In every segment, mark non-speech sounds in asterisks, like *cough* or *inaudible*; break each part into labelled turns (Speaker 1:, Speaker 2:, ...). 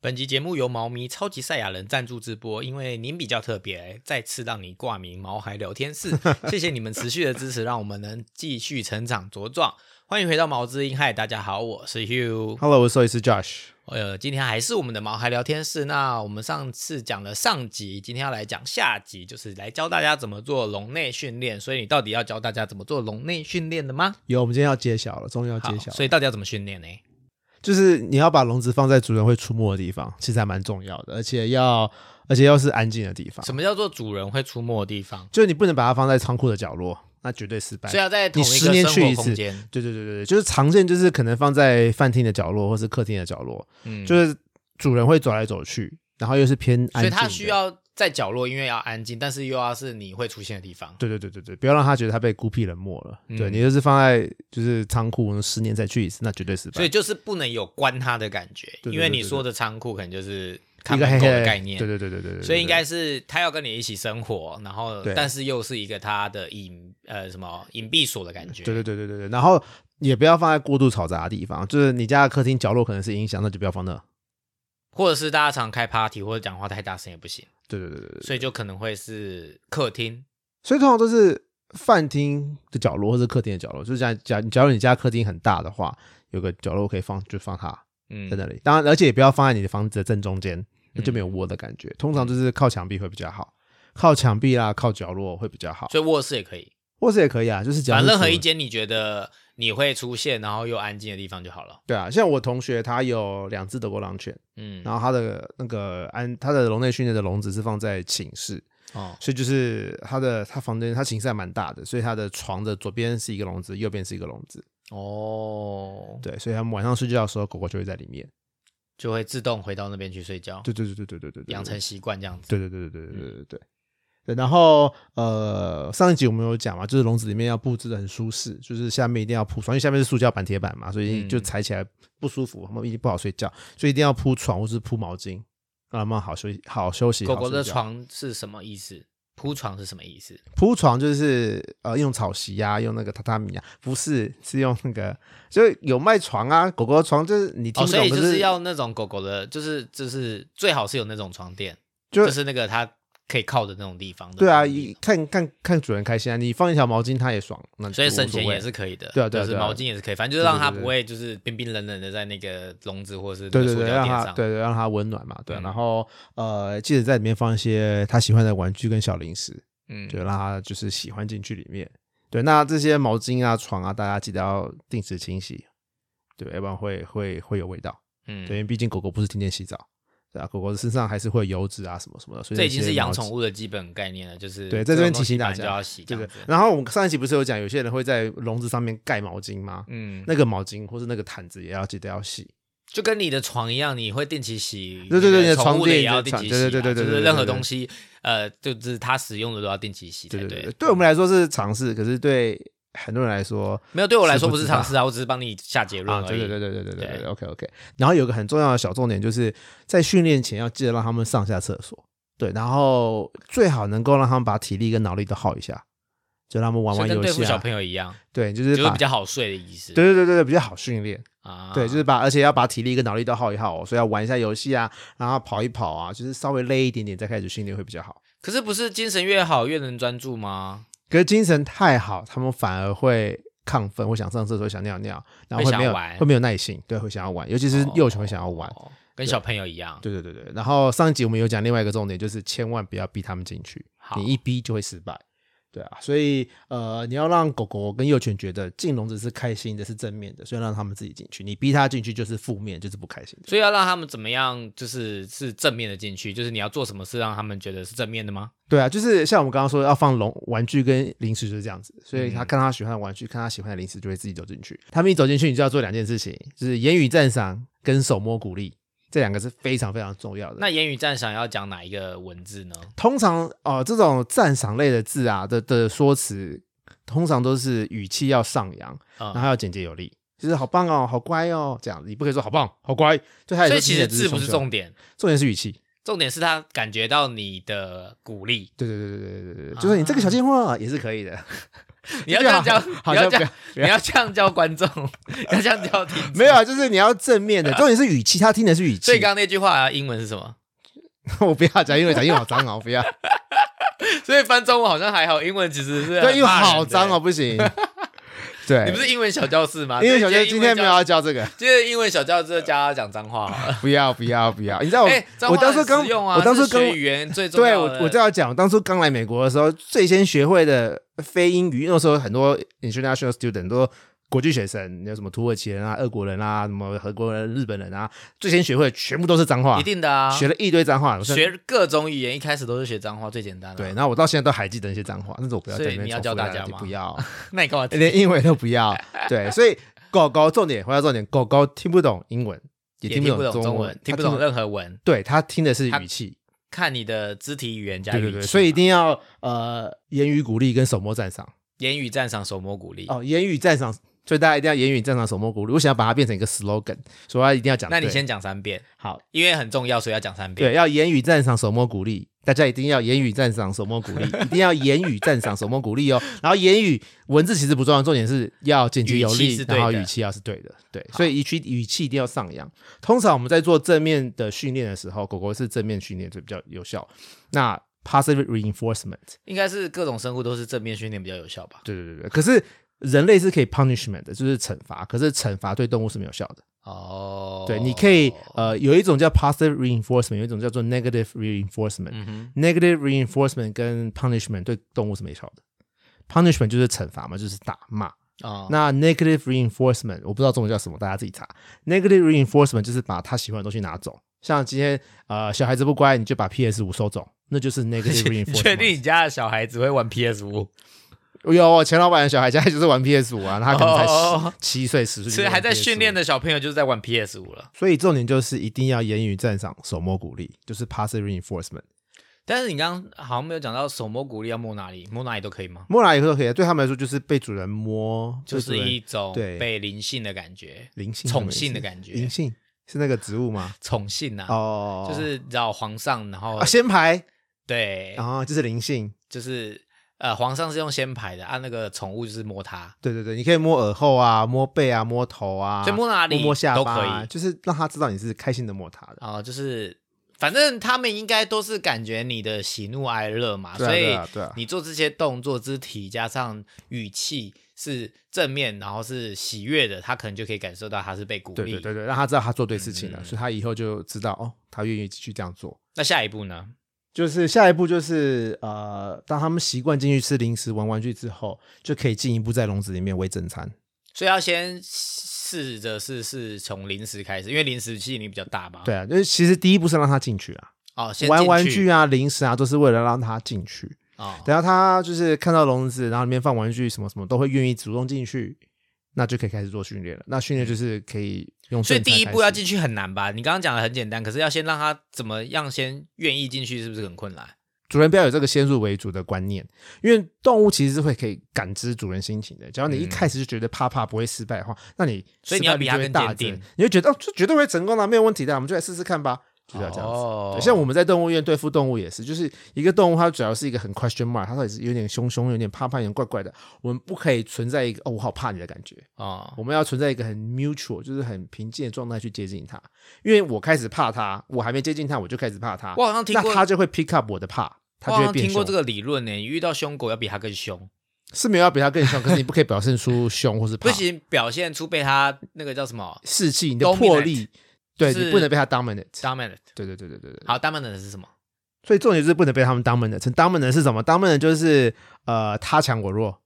Speaker 1: 本集节目由毛咪超级赛亚人赞助直播，因为您比较特别，再次让你挂名毛孩聊天
Speaker 2: *laughs*
Speaker 1: 室。谢谢你们持续的支持，让我们能继续成长茁壮。欢迎回到毛之音，嗨，大家好，我是 Hugh。
Speaker 2: Hello，我是兽医师 Josh。
Speaker 1: 呃，今天还是我们的毛孩聊天室。那我们上次讲了上集，今天要来讲下集，就是来教大家怎么做笼内训练。所以你到底要教大家怎么做笼内训练的吗？
Speaker 2: 有，我们今天要揭晓了，终于要揭晓
Speaker 1: 好
Speaker 2: 了。
Speaker 1: 所以到底要怎么训练呢？
Speaker 2: 就是你要把笼子放在主人会出没的地方，其实还蛮重要的，而且要而且要是安静的地方
Speaker 1: 什，么叫做主人会出没的地方？
Speaker 2: 就是你不能把它放在仓库的角落，那绝对失败。
Speaker 1: 所以要在同一
Speaker 2: 你十
Speaker 1: 个
Speaker 2: 年
Speaker 1: 生
Speaker 2: 去
Speaker 1: 活
Speaker 2: 一次
Speaker 1: 空间。
Speaker 2: 对对对对对，就是常见就是可能放在饭厅的角落或是客厅的角落，
Speaker 1: 嗯，
Speaker 2: 就是主人会走来走去，然后又是偏安
Speaker 1: 所以
Speaker 2: 静的，
Speaker 1: 他需要在角落，因为要安静，但是又要是你会出现的地方。
Speaker 2: 对对对对对，不要让他觉得他被孤僻冷漠了。
Speaker 1: 嗯
Speaker 2: 对你就是放在就是仓库，十年再去一次，那绝对失败。
Speaker 1: 所以就是不能有关他的感觉，
Speaker 2: 对对
Speaker 1: 因为
Speaker 2: 对
Speaker 1: 你
Speaker 2: 对
Speaker 1: 说的仓库可能就是看
Speaker 2: 一个
Speaker 1: 门狗
Speaker 2: 黑黑
Speaker 1: 的概念，
Speaker 2: 对对对对对对对，
Speaker 1: 所以应该是他要跟你一起生活，然后
Speaker 2: 对
Speaker 1: 但是又是一个他的隐呃什么隐蔽所的感觉。
Speaker 2: 对对对对对对，然后也不要放在过度嘈杂的地方，就是你家的客厅角落可能是音响，那就不要放那。
Speaker 1: 或者是大家常开 party 或者讲话太大声也不行，
Speaker 2: 对对对对对，
Speaker 1: 所以就可能会是客厅。
Speaker 2: 所以通常都是饭厅的角落或者客厅的角落，就是假假假如你家客厅很大的话，有个角落可以放，就放它
Speaker 1: 嗯
Speaker 2: 在，那里。当然，而且也不要放在你的房子的正中间，那就
Speaker 1: 嗯
Speaker 2: 没有窝的感觉。通常就是靠墙壁会比较好，靠墙壁啦，靠角落会比较好，
Speaker 1: 所以卧室也可以，
Speaker 2: 或是也可以啊，就是只要
Speaker 1: 反
Speaker 2: 是
Speaker 1: 正任何
Speaker 2: 主
Speaker 1: 一
Speaker 2: 人
Speaker 1: 间你觉得你会出现，然后又安静的地方就好了。
Speaker 2: 对啊，像我同学他有两只德国狼犬，
Speaker 1: 嗯，
Speaker 2: 然后他的那个安他的笼内训练的笼子是放在寝室，
Speaker 1: 哦，
Speaker 2: 所以就是他的他房间他寝室还蛮大的，所以他的床的左边是一个笼子，右边是一个笼子，
Speaker 1: 哦，
Speaker 2: 对，所以他们晚上睡觉的时候，狗狗就会在里面。
Speaker 1: 就会自动回到那边去睡觉，
Speaker 2: 对对对对对对对，对
Speaker 1: 养成。习嗯惯这样子。
Speaker 2: 对对对对对对对对对。对，然后呃，上一集我们有讲嘛，就是笼子里面要布置的很舒适，就是下面一定要铺床，因为下面是塑胶板铁板嘛，所以
Speaker 1: 嗯
Speaker 2: 就踩起来不舒服，他们一定不好睡觉，所以一定要铺床或是铺毛巾，让他们好休息好休息。
Speaker 1: 狗
Speaker 2: 好
Speaker 1: 狗
Speaker 2: 睡
Speaker 1: 的
Speaker 2: 觉
Speaker 1: 床是什么意思？铺床是什么意思？
Speaker 2: 铺床就是呃用草席呀、用那个榻榻米啊，不是是用那个就是有卖床啊，狗狗的床就是你听
Speaker 1: 哦，
Speaker 2: 不
Speaker 1: 所
Speaker 2: 懂，
Speaker 1: 以
Speaker 2: 可
Speaker 1: 就是要那种狗狗的，就是就是最好是有那种床垫，
Speaker 2: 就
Speaker 1: 就是嗯那个它可以靠的那种地方。
Speaker 2: 对啊，
Speaker 1: 那种地
Speaker 2: 一看看看主人开心啊，你放一条毛巾它也爽，那
Speaker 1: 方所以
Speaker 2: 就无
Speaker 1: 省
Speaker 2: 所
Speaker 1: 钱
Speaker 2: 谓
Speaker 1: 也是可以的。
Speaker 2: 对啊对啊
Speaker 1: 就是
Speaker 2: 对啊
Speaker 1: 毛巾也是可以，反正就是让它
Speaker 2: 对对对
Speaker 1: 不会就是冰冰冷冷的在那个笼子或是那
Speaker 2: 对
Speaker 1: 个
Speaker 2: 对
Speaker 1: 塑
Speaker 2: 对，
Speaker 1: 胶
Speaker 2: 让
Speaker 1: 垫
Speaker 2: 它
Speaker 1: 上。
Speaker 2: 对对让它温暖嘛，对啊、
Speaker 1: 嗯
Speaker 2: 然后呃，记得在里面放一些它喜欢的玩具跟小零食，
Speaker 1: 嗯，
Speaker 2: 就让它就是喜欢进去里面。对，那这些毛巾啊、床啊，大家记得要定时清洗，对，要不然会会会有味道。对，因
Speaker 1: 嗯，
Speaker 2: 为毕竟狗狗不是天天洗澡，对啊，狗狗身上还是会有油脂啊什么什么的，所以
Speaker 1: 这已经是养宠
Speaker 2: 物。
Speaker 1: 物的基本概念了，就是
Speaker 2: 对，在这边
Speaker 1: 种
Speaker 2: 提醒大
Speaker 1: 东西
Speaker 2: 家
Speaker 1: 本来就要洗这
Speaker 2: 对
Speaker 1: 样
Speaker 2: 对
Speaker 1: 子。。
Speaker 2: 然后我们上一集不是有讲，有些人会在笼子上面盖毛巾吗？
Speaker 1: 嗯，
Speaker 2: 那个毛巾或是那个毯子也要记得要洗。
Speaker 1: 就跟你的床一样，你会定期洗，
Speaker 2: 对对对你的
Speaker 1: 宠物
Speaker 2: 床垫
Speaker 1: 也要
Speaker 2: 你的
Speaker 1: 定
Speaker 2: 床
Speaker 1: 期洗啊，
Speaker 2: 对对对对对
Speaker 1: 就是
Speaker 2: 对
Speaker 1: 任何
Speaker 2: 对对
Speaker 1: 东西，呃，就是它使用的都要定期洗才
Speaker 2: 对
Speaker 1: 哎对嗯
Speaker 2: 对对，对我们来说是尝试，可是对很多人来说
Speaker 1: 没有对我来
Speaker 2: 是
Speaker 1: 说
Speaker 2: 不
Speaker 1: 不是
Speaker 2: 知道
Speaker 1: 尝试啊，我只是帮你下结论
Speaker 2: 啊，
Speaker 1: 而已。
Speaker 2: 对对对对对对对
Speaker 1: 对
Speaker 2: 对，OK OK。然后有个很重要的小重点，就是在训练前要记得让他们上下厕所，对，然后最好能够让他们把体力跟脑力都耗一下，就让他们玩
Speaker 1: 所
Speaker 2: 玩
Speaker 1: 以跟
Speaker 2: 游
Speaker 1: 对付
Speaker 2: 戏
Speaker 1: 小
Speaker 2: 啊，
Speaker 1: 朋友一样，
Speaker 2: 对，就
Speaker 1: 就是是
Speaker 2: 把
Speaker 1: 比较好睡的意思。
Speaker 2: 对对对对对比较好训练。
Speaker 1: 啊，
Speaker 2: 对，就是把，而且要把体力跟脑力都耗一耗、哦，所以要玩一下游戏啊，然后跑一跑啊，就是稍微累一点点再开始训练会比较好。
Speaker 1: 可是不是精神越好越能专注吗？
Speaker 2: 可是精神太好，他们反而会亢奋，会想上厕所、想尿尿，然
Speaker 1: 会
Speaker 2: 后会
Speaker 1: 想
Speaker 2: 没有
Speaker 1: 玩
Speaker 2: 会没有耐心，对，会想要玩，尤其是幼犬会想要玩。
Speaker 1: 哦，跟小朋友一样。
Speaker 2: 对对对对。然后上一集我们有讲另外一个重点，就是千万不要逼他们进去
Speaker 1: 好，
Speaker 2: 你一逼就会失败。对啊，所以呃，你要让狗狗跟幼犬觉得进笼子是开心的，是正面的，所以让他们自己进去。你逼它进去就是负面，就是不开心的。
Speaker 1: 所以要让他们怎么样，就是是正面的进去，就是你要做什么事让他们觉得是正面的吗？
Speaker 2: 对啊，就是像我们刚刚说要放笼玩具跟零食就是这样子，所
Speaker 1: 嗯
Speaker 2: 以他看他喜欢的玩具，看他喜欢的零食，就会自己走进去。他们一走进去，你就要做两件事情，就是言语赞赏跟手摸鼓励，这两个是非常非常重要的。
Speaker 1: 那言语赞赏要讲哪一个文字呢？
Speaker 2: 通常哦、呃这种赞赏类的字啊的的说辞，通常都是语气要上扬，
Speaker 1: 嗯
Speaker 2: 然后要简洁有力，就是好棒哦，好乖哦，这样你不可以说好棒、好乖，对他来
Speaker 1: 所
Speaker 2: 说
Speaker 1: 以其实字不是
Speaker 2: 重
Speaker 1: 重，点，
Speaker 2: 重点是语气。
Speaker 1: 重点是他感觉到你的鼓励。
Speaker 2: *laughs* *laughs* 对对对对对对对，就是你这个小贱货也是可以的。
Speaker 1: 啊
Speaker 2: 啊
Speaker 1: 你要这样教，
Speaker 2: 好
Speaker 1: 你
Speaker 2: 像
Speaker 1: 要这
Speaker 2: 不
Speaker 1: 样
Speaker 2: 要，
Speaker 1: 你要这样教观众， *laughs* 你要这样教听众。
Speaker 2: 没有，啊，就是你要正
Speaker 1: *laughs*
Speaker 2: 面的，重点是语气，他听的是语气。
Speaker 1: 所以刚刚那句话、英文是什么？
Speaker 2: *laughs* 我不要讲英文，讲英文好脏哦，我不
Speaker 1: *laughs*
Speaker 2: 要。
Speaker 1: 所以翻中文好像还好，英文其实是
Speaker 2: *laughs* 对，
Speaker 1: 很
Speaker 2: 英文
Speaker 1: 骂人
Speaker 2: 好
Speaker 1: 的
Speaker 2: 脏哦，。不
Speaker 1: *laughs*
Speaker 2: 行。对
Speaker 1: 你不，是啊英文小教室吗？
Speaker 2: 因为小杰
Speaker 1: 学
Speaker 2: 今天没有啊要教
Speaker 1: *laughs*
Speaker 2: 这个，
Speaker 1: 今天英文小教室教他讲脏话好了。
Speaker 2: 不要不要不要。你知道
Speaker 1: *laughs*
Speaker 2: 我
Speaker 1: 哎，脏话
Speaker 2: 哦我当初
Speaker 1: 很
Speaker 2: 刚
Speaker 1: 实用啊
Speaker 2: 我当初
Speaker 1: 这是
Speaker 2: 跟
Speaker 1: 学语言最重
Speaker 2: 对
Speaker 1: 要
Speaker 2: 我
Speaker 1: 的
Speaker 2: 我这样讲，我当初刚来美国的时候，最先学会的非英语，那时候很多 international student 很多国际学生，有什么土耳其人啊、俄国人啊、什么俄国人、日本人啊，最先学会的全部都是脏话
Speaker 1: 一，定的啊，
Speaker 2: 学了一堆脏话。我说
Speaker 1: 学各种语言一开始都是学脏话最简单的。
Speaker 2: 对，，然后我到现在都还记得那些脏话，但是我不要
Speaker 1: 嗯
Speaker 2: 在
Speaker 1: 所以
Speaker 2: 那边
Speaker 1: 你要
Speaker 2: 重
Speaker 1: 教
Speaker 2: 复
Speaker 1: 大
Speaker 2: 来
Speaker 1: 家
Speaker 2: 来去
Speaker 1: 吗
Speaker 2: 不要。
Speaker 1: *laughs* 那你干嘛？
Speaker 2: 连英文都不要。对，所以狗狗重点回到重点，狗狗听不懂英文，也
Speaker 1: 也
Speaker 2: 听
Speaker 1: 听
Speaker 2: 不
Speaker 1: 不懂
Speaker 2: 中
Speaker 1: 中
Speaker 2: 文
Speaker 1: 文，，听不
Speaker 2: 它
Speaker 1: 懂任何文，
Speaker 2: 对他听的是
Speaker 1: 它
Speaker 2: 语气，
Speaker 1: 看你的肢体语言加
Speaker 2: 对
Speaker 1: 语
Speaker 2: 对
Speaker 1: 气
Speaker 2: 对，
Speaker 1: 嘛
Speaker 2: 所以一定要呃言语鼓励跟手摸赞赏
Speaker 1: 言语赞赏，手摸鼓励。
Speaker 2: 哦，言语赞赏，所以大家一定要言语赞赏手摸鼓励。我想要把它变成一个 slogan，所以它一定要讲对。
Speaker 1: 那你先讲三遍，
Speaker 2: 好，
Speaker 1: 因为很重要，所以要讲三遍。
Speaker 2: 对，要言语赞赏手摸鼓励，大家一定要言语赞赏手摸鼓
Speaker 1: *laughs*
Speaker 2: 励，一定要言语赞赏手摸鼓励哦。然后言语文字其实不重要，重点是要简洁有
Speaker 1: 语气
Speaker 2: 力
Speaker 1: 是，对的
Speaker 2: 然后语气要是对的，对，所以语气语气一定要上扬。通常我们在做正面的训练的时候，狗狗是正面训练最比较有效。那 positive reinforcement，
Speaker 1: 应该是各种生物都是正面训练比较有效吧？
Speaker 2: 对对对对，可是。人类是可以 punishment 的，就是惩罚，可是惩罚对动物是没有效的。
Speaker 1: 哦，
Speaker 2: 对，你可以呃，有一种叫 positive reinforcement，有一种叫做 negative reinforcement。
Speaker 1: 嗯哼，
Speaker 2: negative reinforcement 跟 punishment 对动物是没效的。punishment 就是惩罚嘛，就是打骂。
Speaker 1: 哦，
Speaker 2: 那 negative reinforcement 我不知道中文叫什么，大家自己查。negative reinforcement 就是把他喜欢的东西拿走，像今天呃小孩子不乖，你就把 PS 五收走，那就是
Speaker 1: *laughs*
Speaker 2: negative
Speaker 1: 你确
Speaker 2: reinforcement。
Speaker 1: 定你家的小孩子会玩 PS 五？
Speaker 2: 有我前老板的小孩现在就是玩 PS 五啊，他可能才
Speaker 1: 哦
Speaker 2: 七七岁十岁，
Speaker 1: 所以还在训练。的小朋友就是在玩 PS 五了。
Speaker 2: 所以重点就是一定要言语赞赏，手摸鼓励，就是 passive reinforcement。
Speaker 1: 但是你刚刚好像没有讲到手摸鼓励要摸哪里，摸哪里都可以吗？
Speaker 2: 摸哪里都可以，对他们来说就是被主人摸，
Speaker 1: 就
Speaker 2: 被主
Speaker 1: 是
Speaker 2: 人
Speaker 1: 一种
Speaker 2: 对
Speaker 1: 被灵性的感觉，
Speaker 2: 灵性
Speaker 1: 宠幸的感觉
Speaker 2: 灵性是那个植物吗？
Speaker 1: 宠幸啊，
Speaker 2: 哦，
Speaker 1: 就是找皇上，然后
Speaker 2: 啊，仙牌
Speaker 1: 对，
Speaker 2: 啊，就是灵性。
Speaker 1: 就是呃，皇上是用仙牌的，啊按、那个宠物就是摸它，
Speaker 2: 对对对，你可以摸耳后啊，摸背啊，摸头啊，
Speaker 1: 所以摸哪里
Speaker 2: 摸摸下巴、
Speaker 1: 都可以啊
Speaker 2: 就是让他知道你是开心的摸他的。
Speaker 1: 然后就是反正他们应该都是感觉你的喜怒哀乐嘛，
Speaker 2: 对啊
Speaker 1: 所
Speaker 2: 对
Speaker 1: 以
Speaker 2: 啊对啊
Speaker 1: 你做这些动作、肢体加上语气是正面，然后是喜悦的，他可能就可以感受到他是被鼓励。嗯
Speaker 2: 对对对对，让他知道他做对事情了，所以他以后就知道哦，他愿意继续这样做。
Speaker 1: 那下一步呢？
Speaker 2: 就是下一步就是呃，当他们习惯进去吃零食、玩玩具之后，就可以进一步在笼子里面喂正餐。
Speaker 1: 所以要先试着是是从零食开始，因为零食吸引力比较大嘛。
Speaker 2: 对啊，就是其实第一步是让他进去啊，
Speaker 1: 哦，先
Speaker 2: 玩玩
Speaker 1: 进去
Speaker 2: 具啊、零食啊，都是为了让他进去。
Speaker 1: 哦，
Speaker 2: 等到他就是看到笼子，然后里面放玩具什么什么，都会愿意主动进去，那就可以开始做训练了。那训练就是可以用
Speaker 1: 嗯所
Speaker 2: 正
Speaker 1: 以
Speaker 2: 餐开
Speaker 1: 第
Speaker 2: 始，
Speaker 1: 一步要进去很难吧？你刚刚讲的很简单，可是要先让他怎么样先愿意进去，是不是很困难？
Speaker 2: 主人不要有这个先入为主的观念，因为动物其实是会可以感知主人心情的。只要你一开始就觉得怕怕不会失败的话，那你
Speaker 1: 所以
Speaker 2: 失
Speaker 1: 你
Speaker 2: 败
Speaker 1: 要
Speaker 2: 率
Speaker 1: 比
Speaker 2: 就
Speaker 1: 它
Speaker 2: 会
Speaker 1: 更
Speaker 2: 大
Speaker 1: 坚
Speaker 2: 增
Speaker 1: 定，
Speaker 2: 你就觉得哦，这绝对会成功的、没有问题的，我们就来试试看吧。就是啊要这样子，
Speaker 1: 哦
Speaker 2: 对像我们在动物园对付动物也是，就是一个动物，它只要是一个很 question mark，它到底是有点凶凶、有点怕怕、有点怪怪的，我们不可以存在一个哦，我好怕你的感觉。
Speaker 1: 哦，
Speaker 2: 我们要存在一个很 mutual，就是很平静的状态去接近它。因为我开始怕它，我还没接近它，我就开始怕它。
Speaker 1: 我好像听
Speaker 2: 那
Speaker 1: 过
Speaker 2: 它就会 pick up 我的怕，它
Speaker 1: 我
Speaker 2: 就
Speaker 1: 好
Speaker 2: 会
Speaker 1: 像
Speaker 2: 变
Speaker 1: 听过这
Speaker 2: 凶。
Speaker 1: 个理论呢，你遇到凶狗要比它更凶，
Speaker 2: 是没有要比它更凶，可是你不可以表现出凶或是怕
Speaker 1: 不行，表现出被它那个叫什么
Speaker 2: 士气，你的魄力，对
Speaker 1: 就是
Speaker 2: 你不能被它 dominate。
Speaker 1: dominant。
Speaker 2: 对对对对对对。
Speaker 1: 好，dominant 是什么？
Speaker 2: 所以重点就是不能被他们 dominate。dominate 是什么？dominate 就是呃，他强我弱，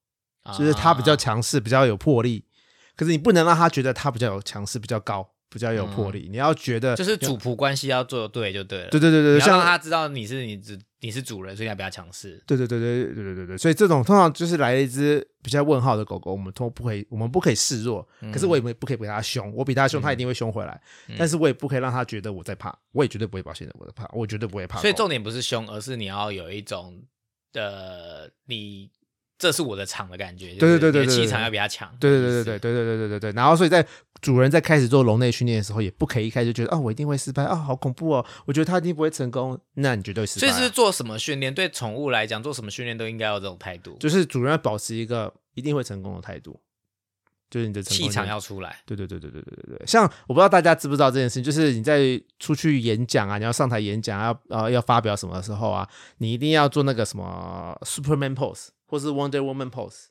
Speaker 2: 就是他比较
Speaker 1: 啊
Speaker 2: 强势，比较有魄力。可是你不能让他觉得他比较有强势，比较高，比较有魄力。你要觉得
Speaker 1: 嗯就是主仆关系要做对就对了。
Speaker 2: 对对对对，
Speaker 1: 你要
Speaker 2: 像
Speaker 1: 让他知道你是你主你是主人，所以要比较强势。
Speaker 2: 对对对对对对对对，所以这种通常就是来了一只比较问号的狗狗，我们通不可以，我们不可以示弱，可是我也
Speaker 1: 嗯
Speaker 2: 没不可以比它凶，我比它凶，它一定会凶回来，但是我也不可以让它觉得我在怕，我也绝对不会表现的我在怕，我绝对不会怕狗。
Speaker 1: 所以重点不是凶，而是你要有一种呃，你这是我的场的感觉。
Speaker 2: 对对对对
Speaker 1: 就是你的
Speaker 2: 对对
Speaker 1: 气场
Speaker 2: 对
Speaker 1: 要比他强。
Speaker 2: 对对对
Speaker 1: 意
Speaker 2: 对
Speaker 1: 思。
Speaker 2: 对对对对对对对，然后所以在主人在开始做笼内训练的时候，也不可以一开始就觉得哦，我一定会失败哦，好恐怖哦，我觉得它一定不会成功，那你绝对失败
Speaker 1: 所
Speaker 2: 啊。
Speaker 1: 以是做什么训练，对宠物来讲，做什么训练都应该有这种态度。
Speaker 2: 就是主人要保持一个一定会成功的态度，就是你的成功
Speaker 1: 气场
Speaker 2: 就
Speaker 1: 要出来。
Speaker 2: 对对对对对对对对，像我不知道大家知不知道这件事情，就是你在出去演讲啊，你要上台演讲啊，要呃要发表什么的时候啊，你一定要做那个什么 Superman pose 或是 Wonder Woman pose，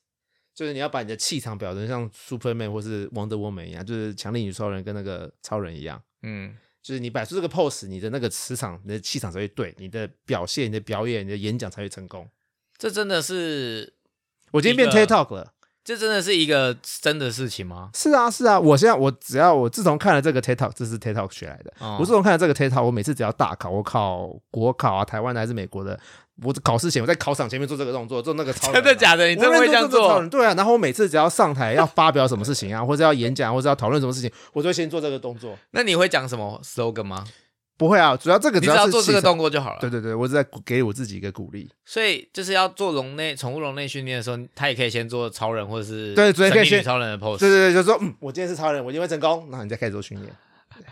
Speaker 2: 就是你要把你的气场表现像 Superman 或是 Wonder Woman 一样，就是强力女超人跟那个超人一样，
Speaker 1: 嗯，
Speaker 2: 就是你摆出这个 pose，你的那个磁场、你的气场才会对，你的表现、你的表演、你的演讲才会成功。
Speaker 1: 这真的是，
Speaker 2: 我今天变
Speaker 1: 一个
Speaker 2: TED Talk 了。
Speaker 1: 这真的是一个真的事情吗？
Speaker 2: 是啊，是啊，我现在我只要我自从看了这个 TED Talk，这是 TED Talk 学来的。
Speaker 1: 哦
Speaker 2: 我自从看了这个 TED Talk，我每次只要大考，我考国考啊，台湾的还是美国的，我考试前我在考场前面做这个动作，做那个超人啊、
Speaker 1: *laughs* 真的假的？你真的
Speaker 2: 我
Speaker 1: 会这
Speaker 2: 认真
Speaker 1: 样
Speaker 2: 做个超
Speaker 1: 做
Speaker 2: 人？对啊，然后我每次只要上台要发表什么事情啊，或者要演讲，或者要讨论什么事情，我就会先做这个动作。
Speaker 1: 那你会讲什么 slogan 吗？
Speaker 2: 不会啊，主要这个
Speaker 1: 你只要
Speaker 2: 是
Speaker 1: 做这个
Speaker 2: 气场。
Speaker 1: 动作就好了。
Speaker 2: 对对对，我只在给我自己一个鼓励。
Speaker 1: 所以就是要做笼内宠物笼内训练的时候，他也可以先做超人或者是
Speaker 2: 对所以可以
Speaker 1: 神秘女
Speaker 2: 先
Speaker 1: 超人的 pose。
Speaker 2: 对对对，就说嗯，我今天是超人，我一定会成功。然后你再开始做训练。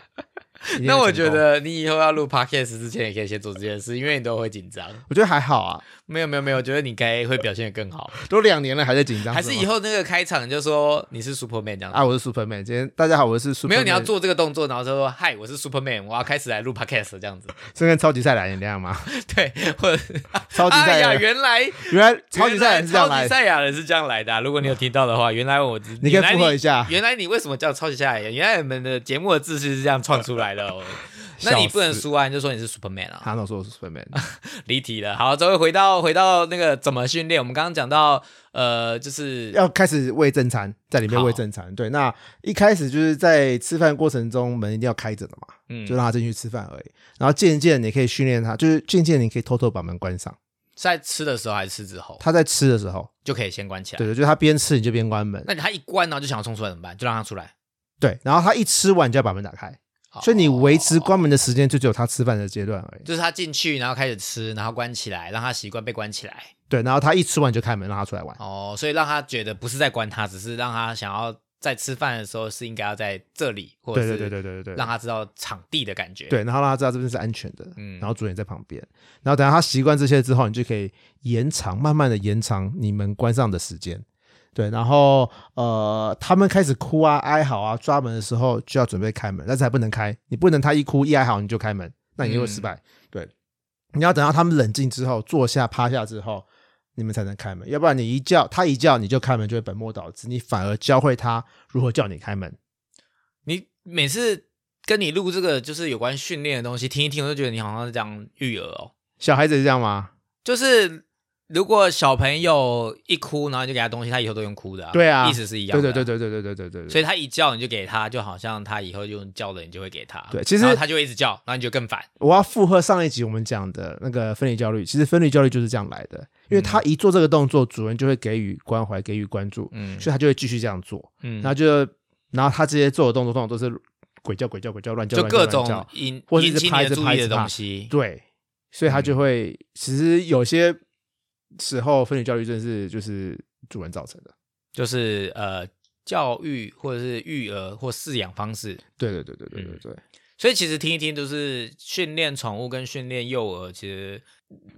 Speaker 2: 一定会
Speaker 1: 那我
Speaker 2: 成
Speaker 1: 觉
Speaker 2: 功，
Speaker 1: 得你以后要录 podcast 之前，也可以先做这件
Speaker 2: *laughs*
Speaker 1: 事，因为你都会紧张。
Speaker 2: 我觉得还好啊，
Speaker 1: 没有没有没有，我觉得你该会表现的更好。
Speaker 2: 都两年了还在紧张吗，
Speaker 1: 还是以后那个开场就说你是 Superman 这样子。
Speaker 2: 啊，我是 Superman。今天大家好，我是 Superman。
Speaker 1: 没有，你要做这个动作，然后就说嗨，我是 Superman，我要开始来录 podcast 这样子。 *laughs*
Speaker 2: 是跟超级赛亚人一样吗？
Speaker 1: 对，或者是
Speaker 2: 超级赛
Speaker 1: 哎呀，
Speaker 2: 亚人，
Speaker 1: 原来
Speaker 2: 原来超级赛亚人是这样
Speaker 1: 原来超级
Speaker 2: 来的，
Speaker 1: 赛亚人是这样来的啊、如果你有听到的话，原来我
Speaker 2: 你可以附和一下。
Speaker 1: 原来你为什么叫超级赛亚人？原来你们的节目的秩序是这样创出来的、
Speaker 2: *laughs*
Speaker 1: 哦。那你不能输啊，你就说你是 Superman 啊，
Speaker 2: 他那说我是 Superman，
Speaker 1: 离题了。好，终于回到回到那个怎么训练，我们刚刚讲到，呃，就是
Speaker 2: 要开始喂正餐，在里面
Speaker 1: 好
Speaker 2: 喂正餐。对，那一开始就是在吃饭过程中门一定要开着的嘛，
Speaker 1: 嗯
Speaker 2: 就，让他进去吃饭而已。然后渐渐你可以训练他，就是渐渐你可以偷偷把门关上。
Speaker 1: 在吃的时候还是吃之后，
Speaker 2: 他在吃的时候，
Speaker 1: 就可以先关起来。
Speaker 2: 对对，就是他边吃你就边关门。
Speaker 1: 那你他一关，然后就想要冲出来怎么办？就让他出来。
Speaker 2: 对，然后他一吃完就要把门打开，所以你维持
Speaker 1: 哦
Speaker 2: 关门的时间就只有他吃饭的阶段而已。
Speaker 1: 就是他进去，然后开始吃，然后关起来，让他习惯被关起来。
Speaker 2: 对，然后他一吃完就开门让他出来玩。
Speaker 1: 哦，所以让他觉得不是在关他，只是让他想要在吃饭的时候是应该要在这里，或者
Speaker 2: 对
Speaker 1: 是
Speaker 2: 对对对对对对，
Speaker 1: 让他知道场地的感觉。，
Speaker 2: 对，然后让他知道这边是安全的，
Speaker 1: 嗯
Speaker 2: 然后主人也在旁边，然后等到他习惯这些之后，你就可以延长，慢慢的延长你们关上的时间，对，然后呃，他们开始哭啊、哀嚎啊、抓门的时候，就要准备开门，但是还不能开，你不能他一哭一哀嚎你就开门，那你就会失
Speaker 1: 嗯
Speaker 2: 败，对，你要等到他们冷静之后，坐下趴下之后。你们才能开门，要不然你一叫他一叫你就开门，就会本末倒置。你反而教会他如何叫你开门。
Speaker 1: 你每次跟你录这个就是有关训练的东西，听一听，我就觉得你好像是讲育儿哦，
Speaker 2: 小孩子是这样吗？
Speaker 1: 就是。如果小朋友一哭，然后你就给他东西，他以后都用哭的、
Speaker 2: 对啊
Speaker 1: 意思是一样
Speaker 2: 对
Speaker 1: 的、
Speaker 2: 对对
Speaker 1: 对。
Speaker 2: 对对对对对对对。
Speaker 1: 所以他一叫你就给他，就好像他以后用叫的你就会给他。
Speaker 2: 对其实
Speaker 1: 然后他就会一直叫，然后你就更烦。
Speaker 2: 我要附和上一集我们讲的那个分离焦虑，其实分离焦虑就是这样来的，因为他一做这个动作，主人就会给予关怀，给予关注，
Speaker 1: 嗯
Speaker 2: 所以他就会继续这样做，
Speaker 1: 嗯
Speaker 2: 然，后就然后他这些做的动作通常都是鬼叫、鬼叫、鬼叫、乱叫，
Speaker 1: 就
Speaker 2: 乱叫
Speaker 1: 各
Speaker 2: 乱
Speaker 1: 种
Speaker 2: 叫
Speaker 1: 引
Speaker 2: 或者
Speaker 1: 引
Speaker 2: 是
Speaker 1: 起你
Speaker 2: 拍
Speaker 1: 的
Speaker 2: 着
Speaker 1: 注
Speaker 2: 拍
Speaker 1: 意的
Speaker 2: 着
Speaker 1: 东
Speaker 2: 它
Speaker 1: 西。
Speaker 2: 对，所以他就会、其实有些时候分离焦虑真的是就是主人造成的，
Speaker 1: 就是呃教育或者是育儿或饲养方式。
Speaker 2: 对对对对对对对，
Speaker 1: 所以其实听一听，就是训练宠物跟训练幼儿，其实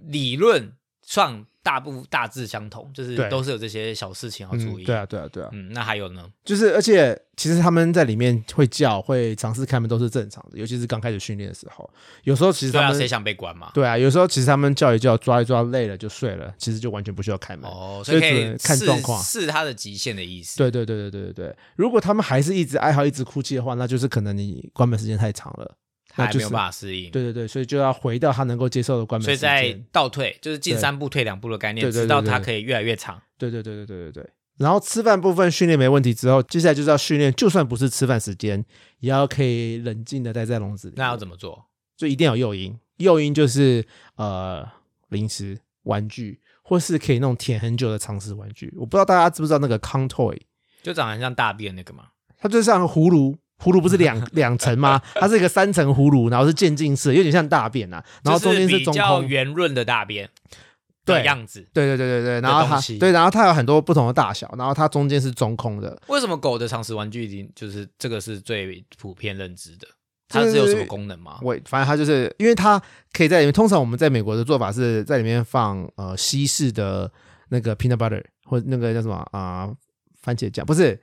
Speaker 1: 理论上大部大致相同，就是
Speaker 2: 对
Speaker 1: 都是有这些小事情要注
Speaker 2: 嗯，
Speaker 1: 意。
Speaker 2: 对啊对啊对啊，
Speaker 1: 嗯，那还有呢？
Speaker 2: 就是，而且其实他们在里面会叫、会尝试开门都是正常的，尤其是刚开始训练的时候。有时候其实
Speaker 1: 对
Speaker 2: 他
Speaker 1: 啊，
Speaker 2: 们
Speaker 1: 谁想被关嘛？
Speaker 2: 对啊有时候其实他们叫一叫、抓一抓，累了就睡了，其实就完全不需要开门。
Speaker 1: 哦，
Speaker 2: 所以
Speaker 1: 可
Speaker 2: 主
Speaker 1: 以
Speaker 2: 人看
Speaker 1: 试
Speaker 2: 状况
Speaker 1: 试它的极限的意思。
Speaker 2: 对对对对对对对。如果他们还是一直哀嚎、一直哭泣的话，那就是可能你关门时间太长了，
Speaker 1: 它
Speaker 2: 那
Speaker 1: 还
Speaker 2: 就
Speaker 1: 没
Speaker 2: 是
Speaker 1: 有办法适应。
Speaker 2: 对对对，所以就要回到他能够接受的关门
Speaker 1: 所以
Speaker 2: 时
Speaker 1: 在
Speaker 2: 间。
Speaker 1: 倒退，就是进
Speaker 2: 对
Speaker 1: 三步退两步的概念，
Speaker 2: 对对
Speaker 1: 直到
Speaker 2: 对对
Speaker 1: 它可以越来越长。
Speaker 2: 对对对对对对对。然后吃饭部分训练没问题之后，接下来就是要训练，就算不是吃饭时间，也要可以冷静的待在笼子里。
Speaker 1: 那要怎么做？
Speaker 2: 就一定要有诱因，诱因就是呃零食、玩具，或是可以那种舔很久的常识玩具。我不知道大家知不知道那个 Con Toy，
Speaker 1: 就长得很像大便那个嘛。
Speaker 2: 它就像葫芦，葫芦不
Speaker 1: *laughs*
Speaker 2: 是两两层吗？它是一个三层葫芦，然后是渐进式的，有点像大便啊，然后中间
Speaker 1: 就是比
Speaker 2: 中
Speaker 1: 较
Speaker 2: 空。
Speaker 1: 圆润的大便的
Speaker 2: 对
Speaker 1: 样子。
Speaker 2: 对对对对对，然后
Speaker 1: 东
Speaker 2: 它
Speaker 1: 西
Speaker 2: 对，然后它有很多不同的大小，然后它中间是中空的，
Speaker 1: 为什么狗的常识玩具已经就是这个是最普遍认知的？
Speaker 2: 就
Speaker 1: 它
Speaker 2: 是
Speaker 1: 是有什么功能吗？
Speaker 2: 我反正它就是，因为它可以在里面。通常我们在美国的做法是在里面放呃西式的那个 peanut butter，或那个叫什么啊、番茄酱不是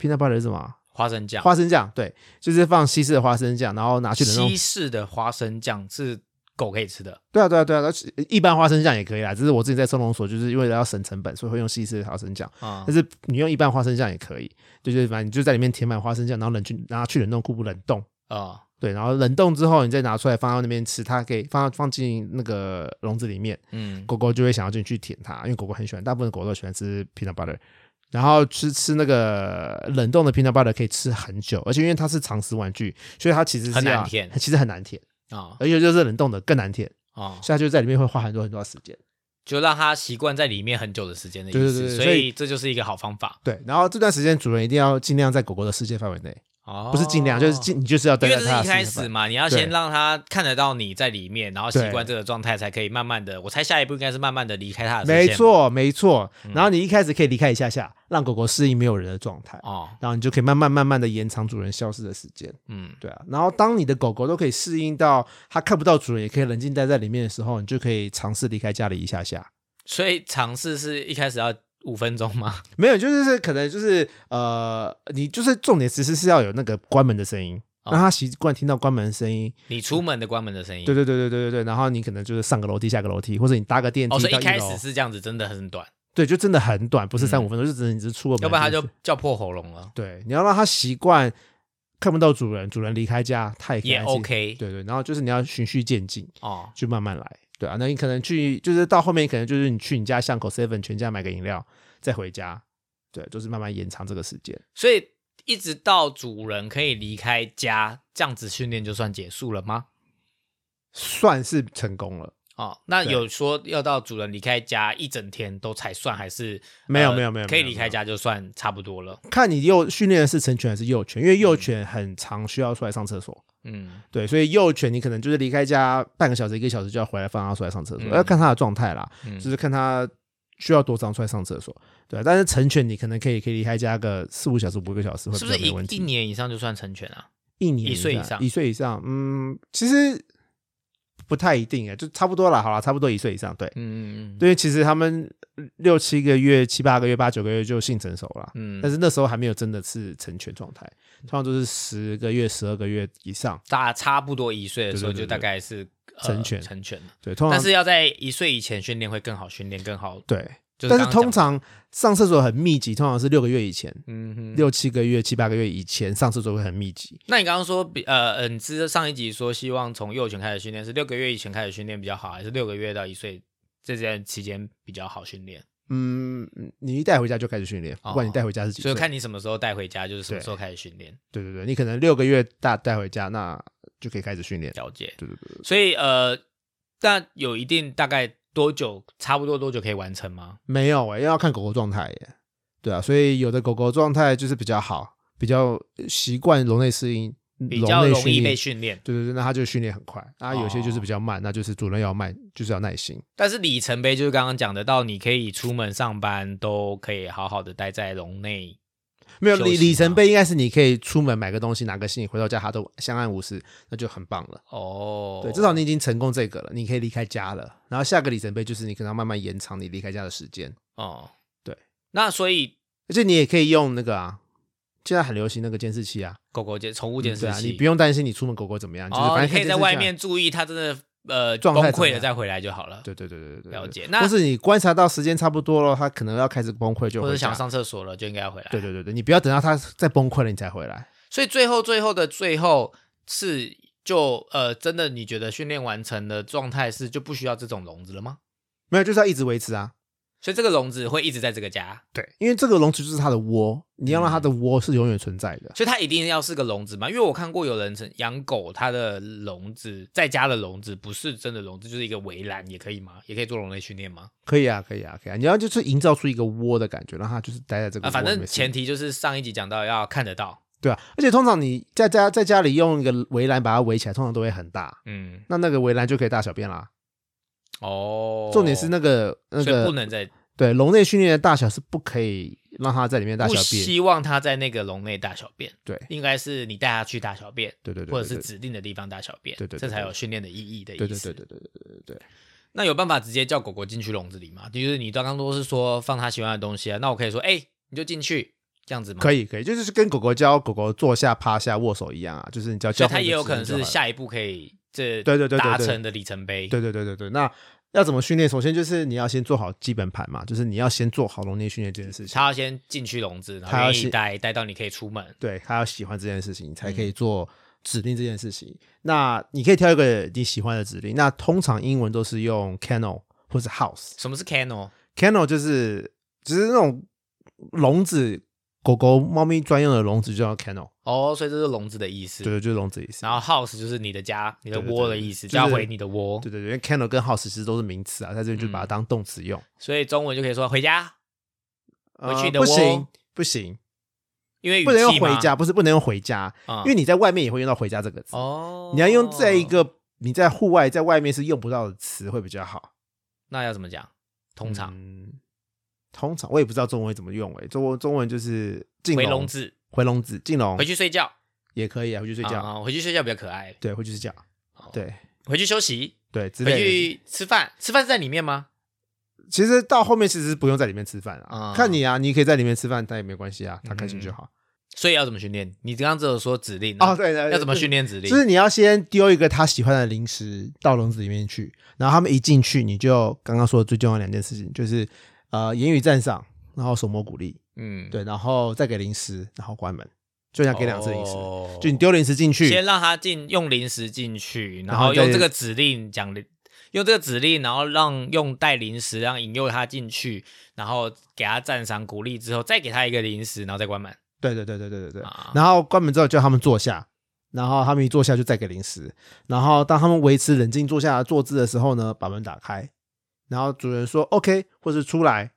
Speaker 2: peanut butter 是什么啊？
Speaker 1: 花生酱，
Speaker 2: 花生酱，对，就是放西式的花生酱，然后拿去冷冻
Speaker 1: 西。式的花生酱是狗可以吃的，
Speaker 2: 对啊，对啊，对啊，那一般花生酱也可以啦。只是我自己在收容所，就是因为要省成本，所以会用西式的花生酱。
Speaker 1: 啊、
Speaker 2: 但是你用一般花生酱也可以，就是反正你就在里面填满花生酱，然后冷去拿去冷冻库冷冻。
Speaker 1: 啊、
Speaker 2: 对，然后冷冻之后，你再拿出来放到那边吃，它可以放放进那个笼子里面，
Speaker 1: 嗯，
Speaker 2: 狗狗就会想要进去舔它，因为狗狗很喜欢，大部分狗都喜欢吃 peanut butter，然后吃吃那个冷冻的 peanut butter 可以吃很久，而且因为它是常食玩具，所以它其实是
Speaker 1: 很难
Speaker 2: 要
Speaker 1: 舔
Speaker 2: 其实很难舔，
Speaker 1: 啊
Speaker 2: 而且就是冷冻的更难舔，
Speaker 1: 啊，
Speaker 2: 所以它就在里面会花很多很多时间。
Speaker 1: 就让它习惯在里面很久的时间的意思，
Speaker 2: 对对对
Speaker 1: 所
Speaker 2: 所
Speaker 1: 以
Speaker 2: 以
Speaker 1: 这就是一个好方法，
Speaker 2: 对，然后这段时间主人一定要尽量在狗狗的世界范围内，
Speaker 1: 哦，
Speaker 2: 不是尽量，就是尽你就是要
Speaker 1: 因
Speaker 2: 待
Speaker 1: 为
Speaker 2: 在
Speaker 1: 这是一
Speaker 2: 它的世
Speaker 1: 开
Speaker 2: 界范
Speaker 1: 始
Speaker 2: 围。
Speaker 1: 嘛，你要先
Speaker 2: 对
Speaker 1: 让它看得到你在里面，然后习
Speaker 2: 对
Speaker 1: 惯这个状态，才可以慢慢的。我猜下一步应该是慢慢的离开它的视线
Speaker 2: 没
Speaker 1: 吧，
Speaker 2: 错，没错。
Speaker 1: 嗯
Speaker 2: 然后你一开始可以离开一下下，让狗狗适应没有人的状态，
Speaker 1: 哦，
Speaker 2: 然后你就可以慢慢慢慢的延长主人消失的时间。
Speaker 1: 嗯，
Speaker 2: 对啊，然后当你的狗狗都可以适应到它看不到主人，也可以冷静待在里面的时候，你就可以尝试离开家里一下下。
Speaker 1: 所以尝试是一开始要五分钟吗？ *laughs*
Speaker 2: 没有，就是是可能就是呃，你就是重点其实是要有那个关门的声音，
Speaker 1: 哦
Speaker 2: 让它习惯听到关门的声音。
Speaker 1: 你出门的关门的声音，
Speaker 2: 对对对对对对对，然后你可能就是上个楼梯下个楼梯，或者你搭个电
Speaker 1: 哦，
Speaker 2: 梯
Speaker 1: 所以
Speaker 2: 到
Speaker 1: 一开
Speaker 2: 楼
Speaker 1: 始，是这样子，真的很短，
Speaker 2: 对，就真的很短，不是三
Speaker 1: 嗯
Speaker 2: 五分钟，就只是你只是出个门，
Speaker 1: 要不然它
Speaker 2: 是
Speaker 1: 就叫破喉咙了，
Speaker 2: 对，你要让它习惯看不到主人，主人离开家，它也可以
Speaker 1: 也
Speaker 2: 安心
Speaker 1: OK
Speaker 2: 对对，然后就是你要循序渐进。
Speaker 1: 哦，
Speaker 2: 就慢慢来，对啊，那你可能去，就是到后面可能就是你去你家巷口 Seven 全家买个饮料，再回家，对，就是慢慢延长这个时间。
Speaker 1: 所以一直到主人可以离开家，这样子训练就算结束了吗？
Speaker 2: 算是成功了，
Speaker 1: 哦，那
Speaker 2: 对
Speaker 1: 有说要到主人离开家一整天都才算，还是
Speaker 2: 没有
Speaker 1: 呃
Speaker 2: 没有没有
Speaker 1: 可以
Speaker 2: 没有
Speaker 1: 离开家就算差不多了？
Speaker 2: 看你幼训练的是成犬还是幼犬，因为幼犬很常需要出来上厕所，
Speaker 1: 嗯，
Speaker 2: 对，所以幼犬你可能就是离开家半个小时一个小时就要回来放它出来上厕所，
Speaker 1: 嗯
Speaker 2: 要看它的状态啦，
Speaker 1: 嗯
Speaker 2: 就是看它需要多长出来上厕所，对啊，但是成犬你可能可以可以离开家个四五小时五个小时会
Speaker 1: 是
Speaker 2: 比
Speaker 1: 不
Speaker 2: 较
Speaker 1: 是
Speaker 2: 没问
Speaker 1: 一
Speaker 2: 题。
Speaker 1: 一年以上就算成犬啊？
Speaker 2: 一年
Speaker 1: 一岁以
Speaker 2: 以
Speaker 1: 上
Speaker 2: 一岁以上，嗯，其实不太一定哎，就差不多了，好了，差不多一岁以上，对，
Speaker 1: 嗯嗯嗯，
Speaker 2: 对，其实他们六七个月、七八个月、八九个月就性成熟了，
Speaker 1: 嗯
Speaker 2: 但是那时候还没有真的是成犬状态，通常都是十个月、十二个月以上，
Speaker 1: 大差不多一岁的时候
Speaker 2: 对对
Speaker 1: 就
Speaker 2: 对
Speaker 1: 大概是呃
Speaker 2: 成犬
Speaker 1: 成犬了，
Speaker 2: 对，通常
Speaker 1: 但是要在一岁以前训练会更好，训练更好。
Speaker 2: 对，
Speaker 1: 就
Speaker 2: 但
Speaker 1: 是刚刚
Speaker 2: 是
Speaker 1: 讲
Speaker 2: 通常上厕所很密集，通常是六个月以前，
Speaker 1: 嗯哼，
Speaker 2: 六七个月、七八个月以前上厕所会很密集，
Speaker 1: 那你刚刚说比呃，嗯，你之上一集说希望从幼犬开始训练，是六个月以前开始训练比较好，还是六个月到一岁这段期间比较好训练？
Speaker 2: 嗯，你一带回家就开始训练，
Speaker 1: 哦
Speaker 2: 不管你带回家是几
Speaker 1: 所
Speaker 2: 岁
Speaker 1: 以，看你什么时候带回家，就是什么
Speaker 2: 对
Speaker 1: 时候开始训练。
Speaker 2: 对对对，你可能六个月大带回家，那就可以开始训练。
Speaker 1: 了解。
Speaker 2: 对对对，
Speaker 1: 所以呃，但有一定大概多久，差不多多久可以完成吗？
Speaker 2: 没有哎、要看狗狗状态耶。对啊，所以有的狗狗状态就是比较好，比较习惯笼内适应，
Speaker 1: 比较
Speaker 2: 笼内
Speaker 1: 容易
Speaker 2: 训
Speaker 1: 被
Speaker 2: 练。
Speaker 1: 训哦练，
Speaker 2: 对对对，那它就训练很快。啊，有些就是比较慢，那就是主人要慢，就是要耐心。
Speaker 1: 但是里程碑就是刚刚讲的，到你可以出门上班都可以好好的待在笼内。
Speaker 2: 没有
Speaker 1: 休息
Speaker 2: 里
Speaker 1: 嘛
Speaker 2: 里程碑应该是你可以出门买个东西，拿个信，回到家它都相安无事，那就很棒了。
Speaker 1: 哦，
Speaker 2: 对，至少你已经成功这个了，你可以离开家了。然后下个里程碑就是你可能要慢慢延长你离开家的时间，
Speaker 1: 哦，
Speaker 2: 对。
Speaker 1: 那所以
Speaker 2: 而且你也可以用那个啊，现在很流行那个监视器啊，
Speaker 1: 狗狗监宠物监视器、
Speaker 2: 对啊，你不用担心你出门狗狗怎么样，就是
Speaker 1: 哦，
Speaker 2: 反
Speaker 1: 你
Speaker 2: 正
Speaker 1: 可以在
Speaker 2: 看监视
Speaker 1: 外
Speaker 2: 器啊
Speaker 1: 面注意它真的呃
Speaker 2: 状
Speaker 1: 崩
Speaker 2: 态怎么
Speaker 1: 溃了
Speaker 2: 样
Speaker 1: 再回来就好了，
Speaker 2: 对对对对对，对
Speaker 1: 了
Speaker 2: 对
Speaker 1: 解那
Speaker 2: 或是你观察到时间差不多了，它可能要开始崩溃就
Speaker 1: 或
Speaker 2: 回
Speaker 1: 者
Speaker 2: 家
Speaker 1: 想。上厕所了就应该要回来。
Speaker 2: 对对对对，你不要等到它再崩溃了你才回来。
Speaker 1: 所以最后最后的最后是就呃真的你觉得训练完成的状态是就不需要这种笼子了吗？
Speaker 2: 没有，就是要一直维持啊。
Speaker 1: 所以这个笼子会一直在这个家，
Speaker 2: 对，因为这个笼子就是它的窝，你要让它的窝是永远存在的。
Speaker 1: 所以它一定要是个笼子嘛？因为我看过有人曾养狗，它的笼子在家的笼子不是真的笼子，就是一个围栏，也可以吗？也可以做笼内训练吗？
Speaker 2: 可以啊，可以啊，可以啊。你要就是营造出一个窝的感觉，让它就是待在这
Speaker 1: 啊，
Speaker 2: 个窝里
Speaker 1: 反
Speaker 2: 面。
Speaker 1: 正前提就是上一集讲到要看得到，
Speaker 2: 对啊，而且通常你在家在家里用一个围栏把它围起来，通常都会很大。
Speaker 1: 嗯，
Speaker 2: 那那个围栏就可以大小便啦。
Speaker 1: 哦，
Speaker 2: 重点是那个那
Speaker 1: 所以
Speaker 2: 个
Speaker 1: 不能在
Speaker 2: 对笼内训练的大小是不可以让它在里面大
Speaker 1: 不
Speaker 2: 小便。
Speaker 1: 希望它在那个笼内大小便，
Speaker 2: 对
Speaker 1: 应该是你带它去大小便，
Speaker 2: 对对对对，
Speaker 1: 或者是
Speaker 2: 对
Speaker 1: 指定的地方大小便，
Speaker 2: 对对对
Speaker 1: 这才
Speaker 2: 对
Speaker 1: 有训练的意义的意思。
Speaker 2: 对对对对对对对对。
Speaker 1: 那有办法直接叫狗狗进去笼子里吗？就是你刚刚都是说放它喜欢的东西啊，那我可以说，哎、你就进去这样子吗？
Speaker 2: 可
Speaker 1: 以，
Speaker 2: 以可以，就是跟狗狗教狗狗坐下、趴下、握手一样啊，就是你只要
Speaker 1: 所
Speaker 2: 教
Speaker 1: 以它
Speaker 2: 会一
Speaker 1: 也
Speaker 2: 个
Speaker 1: 有
Speaker 2: 指
Speaker 1: 可能
Speaker 2: 令就是好了
Speaker 1: 下一步可以这
Speaker 2: 对对对对
Speaker 1: 达
Speaker 2: 对
Speaker 1: 成的里程碑。
Speaker 2: 对对对对对，那要怎么训练？首先就是你要先做好基本盘嘛，就是你要先做好笼内训练这件事情。
Speaker 1: 它要先进去笼子，然后
Speaker 2: 它要
Speaker 1: 愿意
Speaker 2: 先
Speaker 1: 待待到你可以出门。
Speaker 2: 对他要喜欢这件事情，你才可
Speaker 1: 嗯
Speaker 2: 以做指令这件事情。那你可以挑一个你喜欢的指令。那通常英文都是用 kennel 或是 house。
Speaker 1: 什么是哦 kennel？
Speaker 2: kennel 就是就是那种笼子，狗狗、猫咪专用的笼子就叫 kennel，
Speaker 1: 哦，所以这是笼子的意思。
Speaker 2: 对，就是笼子意思。啊
Speaker 1: 然后 house 就是你的家、你的
Speaker 2: 对对
Speaker 1: 窝的
Speaker 2: 对
Speaker 1: 意思，
Speaker 2: 就是
Speaker 1: 就要回你的窝。嗯
Speaker 2: 对对对，因为 kennel 跟 house 其实都是名词啊，在这边就把它当动词用。
Speaker 1: 所以中文就可以说回家，回去
Speaker 2: 呃
Speaker 1: 你的
Speaker 2: 不
Speaker 1: 窝
Speaker 2: 行不行，
Speaker 1: 因为语气
Speaker 2: 不能用
Speaker 1: 嘛
Speaker 2: 回家，不是不能用回家，
Speaker 1: 啊
Speaker 2: 因为你在外面也会用到“回家”这个词，
Speaker 1: 哦，
Speaker 2: 你要用这一，个你在户外在外面是用不到的词会比较好。
Speaker 1: 那要怎么讲？通常
Speaker 2: 嗯通常我也不知道中文会怎么用诶、中文中文就是进
Speaker 1: 回笼
Speaker 2: 笼
Speaker 1: 子，
Speaker 2: 回笼子进笼
Speaker 1: 回去睡觉，
Speaker 2: 也可以啊，回哦去睡觉，
Speaker 1: 啊，回去睡觉比较可爱，
Speaker 2: 对，回去睡觉，对
Speaker 1: 回去休息，
Speaker 2: 对之
Speaker 1: 回
Speaker 2: 类的。
Speaker 1: 去吃饭，吃饭是在里面吗？
Speaker 2: 其实到后面其实不用在里面吃饭啊，
Speaker 1: 啊
Speaker 2: 看你啊，你可以在里面吃饭，但也没关系啊，他开心就
Speaker 1: 嗯
Speaker 2: 好。
Speaker 1: 所以要怎么训练？你刚刚只有说指令
Speaker 2: 哦，，对对，
Speaker 1: 要怎么训
Speaker 2: 练？
Speaker 1: 练指令？
Speaker 2: 就是你要先丢一个他喜欢的零食到笼子里面去，然后他们一进去，你就刚刚说的最重要的两件事情，就是呃言语赞赏，然后手摸鼓励，
Speaker 1: 嗯，
Speaker 2: 对，然后再给零食，然后关门，就要给两次零食，
Speaker 1: 哦
Speaker 2: 就你丢零食进去
Speaker 1: 先，让他进用零食进去，然
Speaker 2: 然
Speaker 1: 后
Speaker 2: 后再
Speaker 1: 用这个指令讲，用这个指令，然后让用带零食，让引诱他进去，然后给他赞赏鼓励之后，再给他一个零食，然后再关门。
Speaker 2: 对对对对对对对
Speaker 1: 啊，
Speaker 2: 然后关门之后叫他们坐下。然后他们一坐下就再给零食，然后当他们维持冷静坐下的坐姿的时候呢，把门打开，然后主人说 OK 或是出来，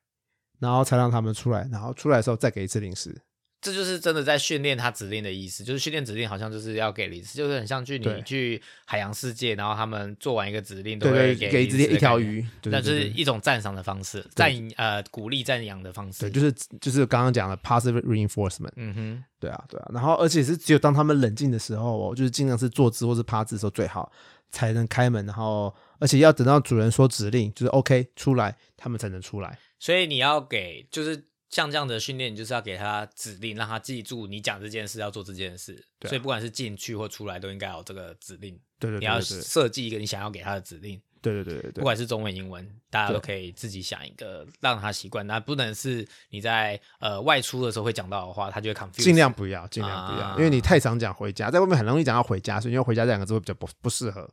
Speaker 2: 然后才让他们出来，然后出来的时候再给一次零食，
Speaker 1: 这就是真的在训练他指令的意思，就是训练指令好像就是要给零食，就是很像去你
Speaker 2: 对
Speaker 1: 去海洋世界，然后他们做完一个指令都
Speaker 2: 对
Speaker 1: 会
Speaker 2: 对，
Speaker 1: 给
Speaker 2: 给
Speaker 1: 零食
Speaker 2: 直接
Speaker 1: 的
Speaker 2: 一条
Speaker 1: 概念，
Speaker 2: 鱼，对
Speaker 1: 那就
Speaker 2: 对
Speaker 1: 是
Speaker 2: 对
Speaker 1: 一种赞赏的方式，赞呃鼓励赞扬的方式
Speaker 2: 对，，就是就是刚刚讲的 positive reinforcement，
Speaker 1: 嗯哼，
Speaker 2: 对啊对啊，然后而且是只有当他们冷静的时候哦，就是尽量是坐姿或是趴姿的时候最好才能开门，然后而且要等到主人说指令，就是 OK 出来，他们才能出来。
Speaker 1: 所以你要给就是像这样的训练，你就是要给他指令，让他记住你讲这件事要做这件事。
Speaker 2: 对啊
Speaker 1: 所以不管是进去或出来，都应该有这个指令。
Speaker 2: 对对
Speaker 1: 你
Speaker 2: 对
Speaker 1: 要
Speaker 2: 对
Speaker 1: 设计一个你想要给他的指令，
Speaker 2: 对对对对
Speaker 1: 不
Speaker 2: 对，
Speaker 1: 管是中文、英文，大家都
Speaker 2: 对
Speaker 1: 可以自己想一个让他习惯。那不能是你在呃外出的时候会讲到的话，他就会 confuse。
Speaker 2: 尽量不要尽量不
Speaker 1: 啊
Speaker 2: 要，因为你太常讲回家，在外面很容易讲到回家，所以用回家这两个字会比较不不适合。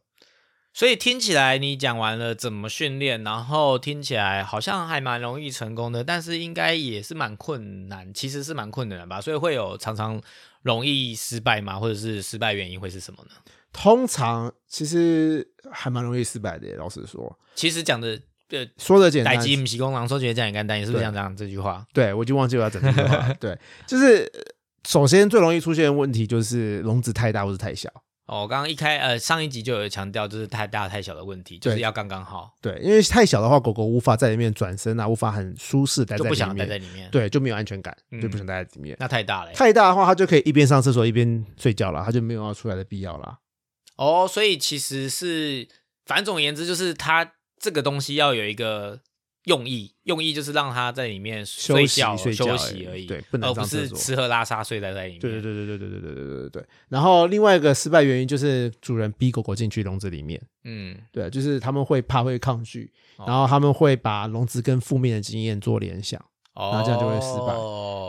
Speaker 1: 所以听起来你讲完了怎么训练，然后听起来好像还蛮容易成功的，但是应该也是蛮困难，其实是蛮困难的吧？所以会有常常容易失败吗？或者是失败原因会是什么呢？
Speaker 2: 通常其实还蛮容易失败的耶，老实说，
Speaker 1: 其实讲的呃，
Speaker 2: 说的简单
Speaker 1: 逮，鸡不是公狼，说觉得这样也干单，你是不是想讲这句话？
Speaker 2: 对，我已经忘记我要整句话了。对，就是呃首先最容易出现的问题就是笼子太大或是太小。
Speaker 1: 哦，刚刚一开呃上一集就有强调，就是太大太小的问题，就是
Speaker 2: 对
Speaker 1: 要刚刚好，
Speaker 2: 对，因为太小的话，狗狗无法在里面转身啊，无法很舒适地待
Speaker 1: 就
Speaker 2: 在
Speaker 1: 不
Speaker 2: 里
Speaker 1: 想待
Speaker 2: 面，
Speaker 1: 在里面。，
Speaker 2: 对，就没有安全感，就不
Speaker 1: 嗯
Speaker 2: 想待在里面。
Speaker 1: 那太大了欸。
Speaker 2: 太大的话，它就可以一边上厕所一边睡觉了，它就没有要出来的必要啦。
Speaker 1: 哦，所以其实是，反正总而言之，就是它这个东西要有一个用意，用意就是让它在里面
Speaker 2: 休
Speaker 1: 睡
Speaker 2: 息
Speaker 1: 觉、
Speaker 2: 睡
Speaker 1: 休
Speaker 2: 觉
Speaker 1: 息
Speaker 2: 而
Speaker 1: 而
Speaker 2: 已
Speaker 1: 已，
Speaker 2: 对不能
Speaker 1: 而不
Speaker 2: 上厕
Speaker 1: 是
Speaker 2: 所
Speaker 1: 吃喝拉撒睡在在里面。
Speaker 2: 对对对对对对对对对对对。然后另外一个失败原因就是主人逼狗狗进去笼子里面，
Speaker 1: 嗯，
Speaker 2: 对，就是他们会怕会抗拒，
Speaker 1: 哦
Speaker 2: 然后他们会把笼子跟负面的经验做联想。
Speaker 1: 哦，
Speaker 2: 那这样就会失败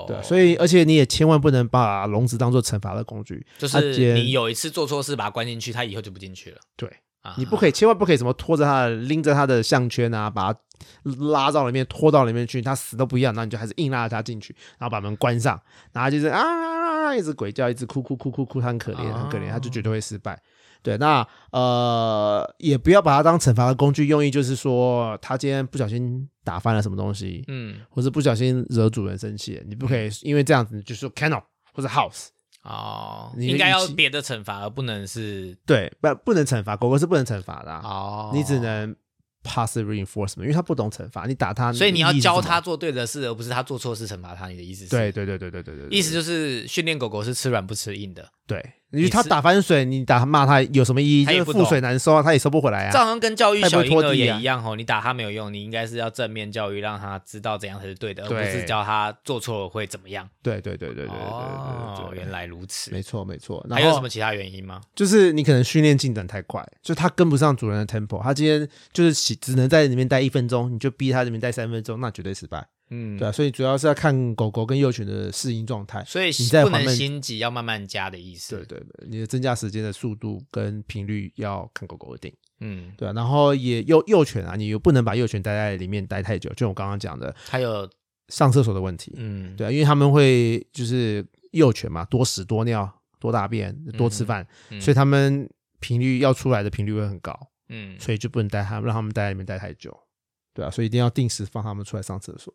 Speaker 2: 对，啊所
Speaker 1: 以
Speaker 2: 以而且你也千万不能把笼子当做惩罚的工具，
Speaker 1: 就
Speaker 2: 它
Speaker 1: 是
Speaker 2: 接
Speaker 1: 你有一次做错事，把它关进去，它以后就不进去了。
Speaker 2: 对，
Speaker 1: 啊，
Speaker 2: 你不可以，千万不可以什么拖着它的，拎着它的项圈啊，把它拉到里面，拖到里面去，它死都不要，然后你就还是硬拉着它进去，然后把门关上，然后它就是啊啊啊，一直鬼叫，一直哭哭哭哭哭，它很可怜，很可怜，它就绝对会失败。对，那呃，也不要把它当惩罚的工具，用意就是说，它今天不小心打翻了什么东西，
Speaker 1: 嗯，
Speaker 2: 或是不小心惹主人生气了，你不可以因为这样子你就说 kennel 或者 house，
Speaker 1: 哦，
Speaker 2: 你的
Speaker 1: 应该
Speaker 2: 语
Speaker 1: 要
Speaker 2: 气
Speaker 1: 别的惩罚，而不能是
Speaker 2: 对，不不能惩罚，狗狗是不能惩罚的、啊，
Speaker 1: 哦，
Speaker 2: 你只。能 passive reinforcement，因为它不懂惩罚，你打它，
Speaker 1: 所以你要
Speaker 2: 的意义是
Speaker 1: 教
Speaker 2: 什
Speaker 1: 它
Speaker 2: 么，
Speaker 1: 做对的事，而不是它做错事惩罚它。你的意思是？
Speaker 2: 对对对对对对对，对
Speaker 1: 意思就是训练狗狗是吃软不吃硬的。
Speaker 2: 对，你他
Speaker 1: 吃
Speaker 2: 打翻水，你打骂他有什么意义？
Speaker 1: 他也
Speaker 2: 就是
Speaker 1: 不
Speaker 2: 覆水难收啊，他也收不回来
Speaker 1: 这
Speaker 2: 啊。
Speaker 1: 好像跟教育小婴
Speaker 2: 他也不会
Speaker 1: 儿
Speaker 2: 拖地
Speaker 1: 也
Speaker 2: 啊
Speaker 1: 一样哦，你打他没有用，你应该是要正面教育，让他知道怎样才是对的，而
Speaker 2: 对
Speaker 1: 不是教他做错了会怎么样。
Speaker 2: 对对对对对对对
Speaker 1: 哦，
Speaker 2: 对，
Speaker 1: 原来如此。
Speaker 2: 没错没错。然
Speaker 1: 还有
Speaker 2: 后
Speaker 1: 什么其他原因吗？
Speaker 2: 就是你可能训练进展太快，就他跟不上主人的 tempo，他今天就是起只能在里面待一分钟，你就逼他里面待三分钟，那绝对失败。
Speaker 1: 嗯，
Speaker 2: 对啊，所以主要是要看狗狗跟幼犬的适应状态。
Speaker 1: 所以
Speaker 2: 你再
Speaker 1: 不
Speaker 2: 缓
Speaker 1: 能
Speaker 2: 慢
Speaker 1: 心急，要慢慢加的意思。
Speaker 2: 对，对对，你的增加时间的速度跟频率要看狗狗的定。
Speaker 1: 嗯，
Speaker 2: 对啊，然后也幼幼犬啊，你又不能把幼犬待在里面待太久，就我刚刚讲的
Speaker 1: 还有，
Speaker 2: 上厕所的问题。
Speaker 1: 嗯，
Speaker 2: 对啊，因为他们会就是幼犬嘛，多屎多尿多大便多吃饭，
Speaker 1: 嗯
Speaker 2: 所以他们频率要出来的频率会很高，
Speaker 1: 嗯，
Speaker 2: 所以就不能带他们让他们待在里面待太久。对啊，所以一定要定时放他们出来上厕所。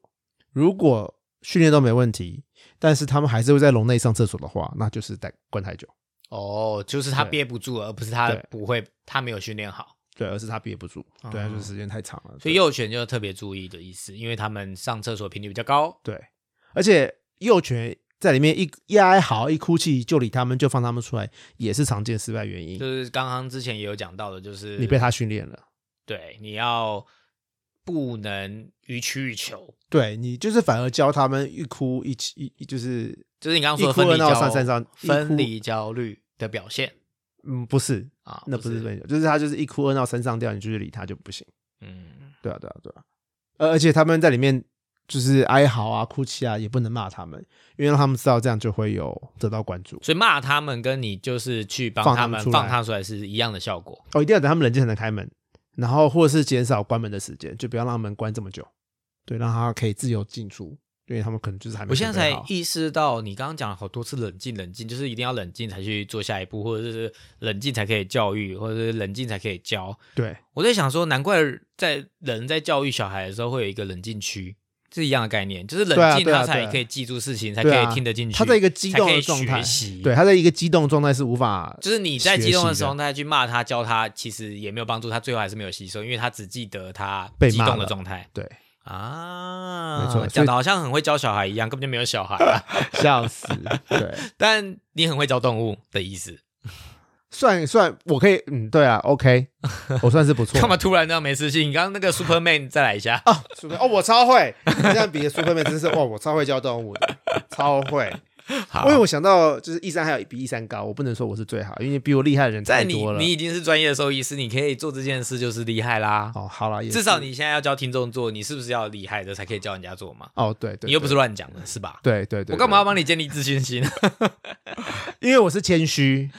Speaker 2: 如果训练都没问题，但是他们还是会在笼内上厕所的话，那就是待关太久。
Speaker 1: 哦，就是他
Speaker 2: 对
Speaker 1: 憋不住了，而不是他
Speaker 2: 对
Speaker 1: 不会，他没有训练好。
Speaker 2: 对，而是他憋不住，对啊，
Speaker 1: 哦
Speaker 2: 就是时间太长了，
Speaker 1: 所以
Speaker 2: 对
Speaker 1: 幼犬就特别注意的意思，因为他们上厕所频率比较高。
Speaker 2: 对，而且幼犬在里面一一哀嚎、一哭泣就理他们，就放他们出来，也是常见失败原因
Speaker 1: 就。是刚刚之前也有讲到的，就是
Speaker 2: 你被他训练了，
Speaker 1: 对，你要不能予取予求，
Speaker 2: 对你就是反而教他们一哭一起一一就是
Speaker 1: 就是你刚刚说的
Speaker 2: 一哭
Speaker 1: 分
Speaker 2: 二
Speaker 1: 离焦
Speaker 2: 闹三三三一哭
Speaker 1: 分离焦虑的表现
Speaker 2: 嗯不是，
Speaker 1: 啊，
Speaker 2: 那不
Speaker 1: 不
Speaker 2: 是分手，就是他就是一哭二闹三上吊，你就是理他就不行。
Speaker 1: 嗯，
Speaker 2: 对啊，对啊，对啊。而而且他们在里面就是哀嚎啊、哭泣啊，也不能骂他们，因为让他们知道这样就会有得到关注。
Speaker 1: 所以骂他们跟你就是去帮
Speaker 2: 放他
Speaker 1: 他
Speaker 2: 们
Speaker 1: 们
Speaker 2: 出
Speaker 1: 放
Speaker 2: 来
Speaker 1: 他出来是一样的效果。
Speaker 2: 哦，一定要等他们冷静才能开门，然后或者是减少关门的时间，就不要让他们关这么久，对，让他可以自由进出，因为他们可能就是还没
Speaker 1: 我现在
Speaker 2: 准备
Speaker 1: 才
Speaker 2: 好
Speaker 1: 意识到，你刚刚讲了好多次冷静，冷静就是一定要冷静才去做下一步，或者是冷静才可以教育，或者是冷静才可以教。
Speaker 2: 对
Speaker 1: 我在想说，难怪在人在教育小孩的时候会有一个冷静区，是一样的概念，就是
Speaker 2: 对啊
Speaker 1: 冷静
Speaker 2: 对啊
Speaker 1: 他才
Speaker 2: 对啊
Speaker 1: 可以记住事情，才
Speaker 2: 对
Speaker 1: 可
Speaker 2: 啊
Speaker 1: 以听得进去。
Speaker 2: 他在一个激
Speaker 1: 才可
Speaker 2: 动的
Speaker 1: 以
Speaker 2: 状
Speaker 1: 学
Speaker 2: 态
Speaker 1: 习，
Speaker 2: 对，，他在一个激动的状态是无法
Speaker 1: 就是你在激动的时候，
Speaker 2: 学习
Speaker 1: 他去骂他、教他，其实也没有帮助，他最后还是没有吸收，因为他只记得他
Speaker 2: 被
Speaker 1: 激
Speaker 2: 骂
Speaker 1: 动的
Speaker 2: 了
Speaker 1: 状态 *laughs*
Speaker 2: 对，
Speaker 1: 啊。
Speaker 2: 没错所以
Speaker 1: 讲的好像很会教小孩一样，根本就没有小孩、啊。 *laughs*
Speaker 2: 笑死，对，
Speaker 1: 但你很会教动物的意思，
Speaker 2: 算算我可以，嗯，对啊，OK，
Speaker 1: *laughs*
Speaker 2: 我算是不错
Speaker 1: 干。嘛突然这样没自信？你刚刚那个 Superman 再来一下，
Speaker 2: Super- 哦，我超会，你这样比的 Superman 真是哇，我超会教动物的，超会。
Speaker 1: 好
Speaker 2: 因为我想到就是一三还有比一三高，我不能说我是最好，因为比我厉害的人
Speaker 1: 在
Speaker 2: 太
Speaker 1: 你
Speaker 2: 多了。
Speaker 1: 你已经是专业的兽医师，你可以做这件事就是厉害啦。
Speaker 2: 哦，好了，也
Speaker 1: 至少
Speaker 2: 是
Speaker 1: 你现在要教听众做，你是不是要厉害的才可以教人家做嘛？
Speaker 2: 哦，对对，
Speaker 1: 你又不
Speaker 2: 对
Speaker 1: 是乱讲的，是吧？
Speaker 2: 对对对，
Speaker 1: 我干嘛要
Speaker 2: 对？
Speaker 1: 帮你建立自信心？ *laughs*
Speaker 2: 因为我是谦虚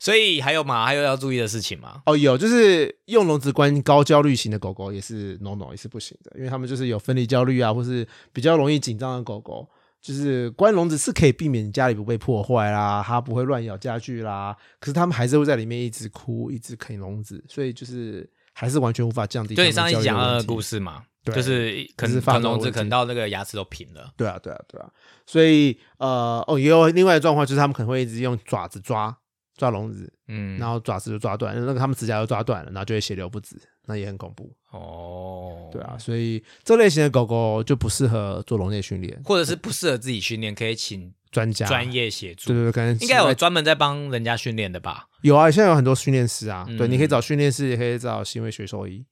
Speaker 1: 所以还有嘛，还有要注意的事情嘛。
Speaker 2: 哦，有就是用笼子关高焦虑型的狗狗也是 no no 也是不行的，因为他们就是有分离焦虑啊，或是比较容易紧张的狗狗。就是关笼子是可以避免家里不被破坏啦，它不会乱咬家具啦。可是他们还是会在里面一直哭，一直啃笼子，所以就是还是完全无法降低。
Speaker 1: 就你上一集讲到那个故
Speaker 2: 事，
Speaker 1: 事嘛，
Speaker 2: 对
Speaker 1: 就是
Speaker 2: 就
Speaker 1: 啃
Speaker 2: 是发
Speaker 1: 啃
Speaker 2: 作
Speaker 1: 笼子
Speaker 2: 问题
Speaker 1: 啃到那个牙齿都平了。
Speaker 2: 对啊，对啊，对啊。所以呃，哦，也有另外的状况，就是他们可能会一直用爪子抓抓笼子，
Speaker 1: 嗯，
Speaker 2: 然后爪子就抓断，那个他们指甲就抓断了，然后就会血流不止，那也很恐怖。
Speaker 1: 哦，
Speaker 2: 对啊，，所以这类型的狗狗就不适合做笼内训练，
Speaker 1: 或者是不适合自己训练，可以请
Speaker 2: 专家
Speaker 1: 专。业协助
Speaker 2: 对。对对，可能
Speaker 1: 应该有专门在帮人家训练的吧？
Speaker 2: 有啊，现在有很多训练师啊，
Speaker 1: 嗯
Speaker 2: 对，你可以找训练师，也可以找行为学兽医。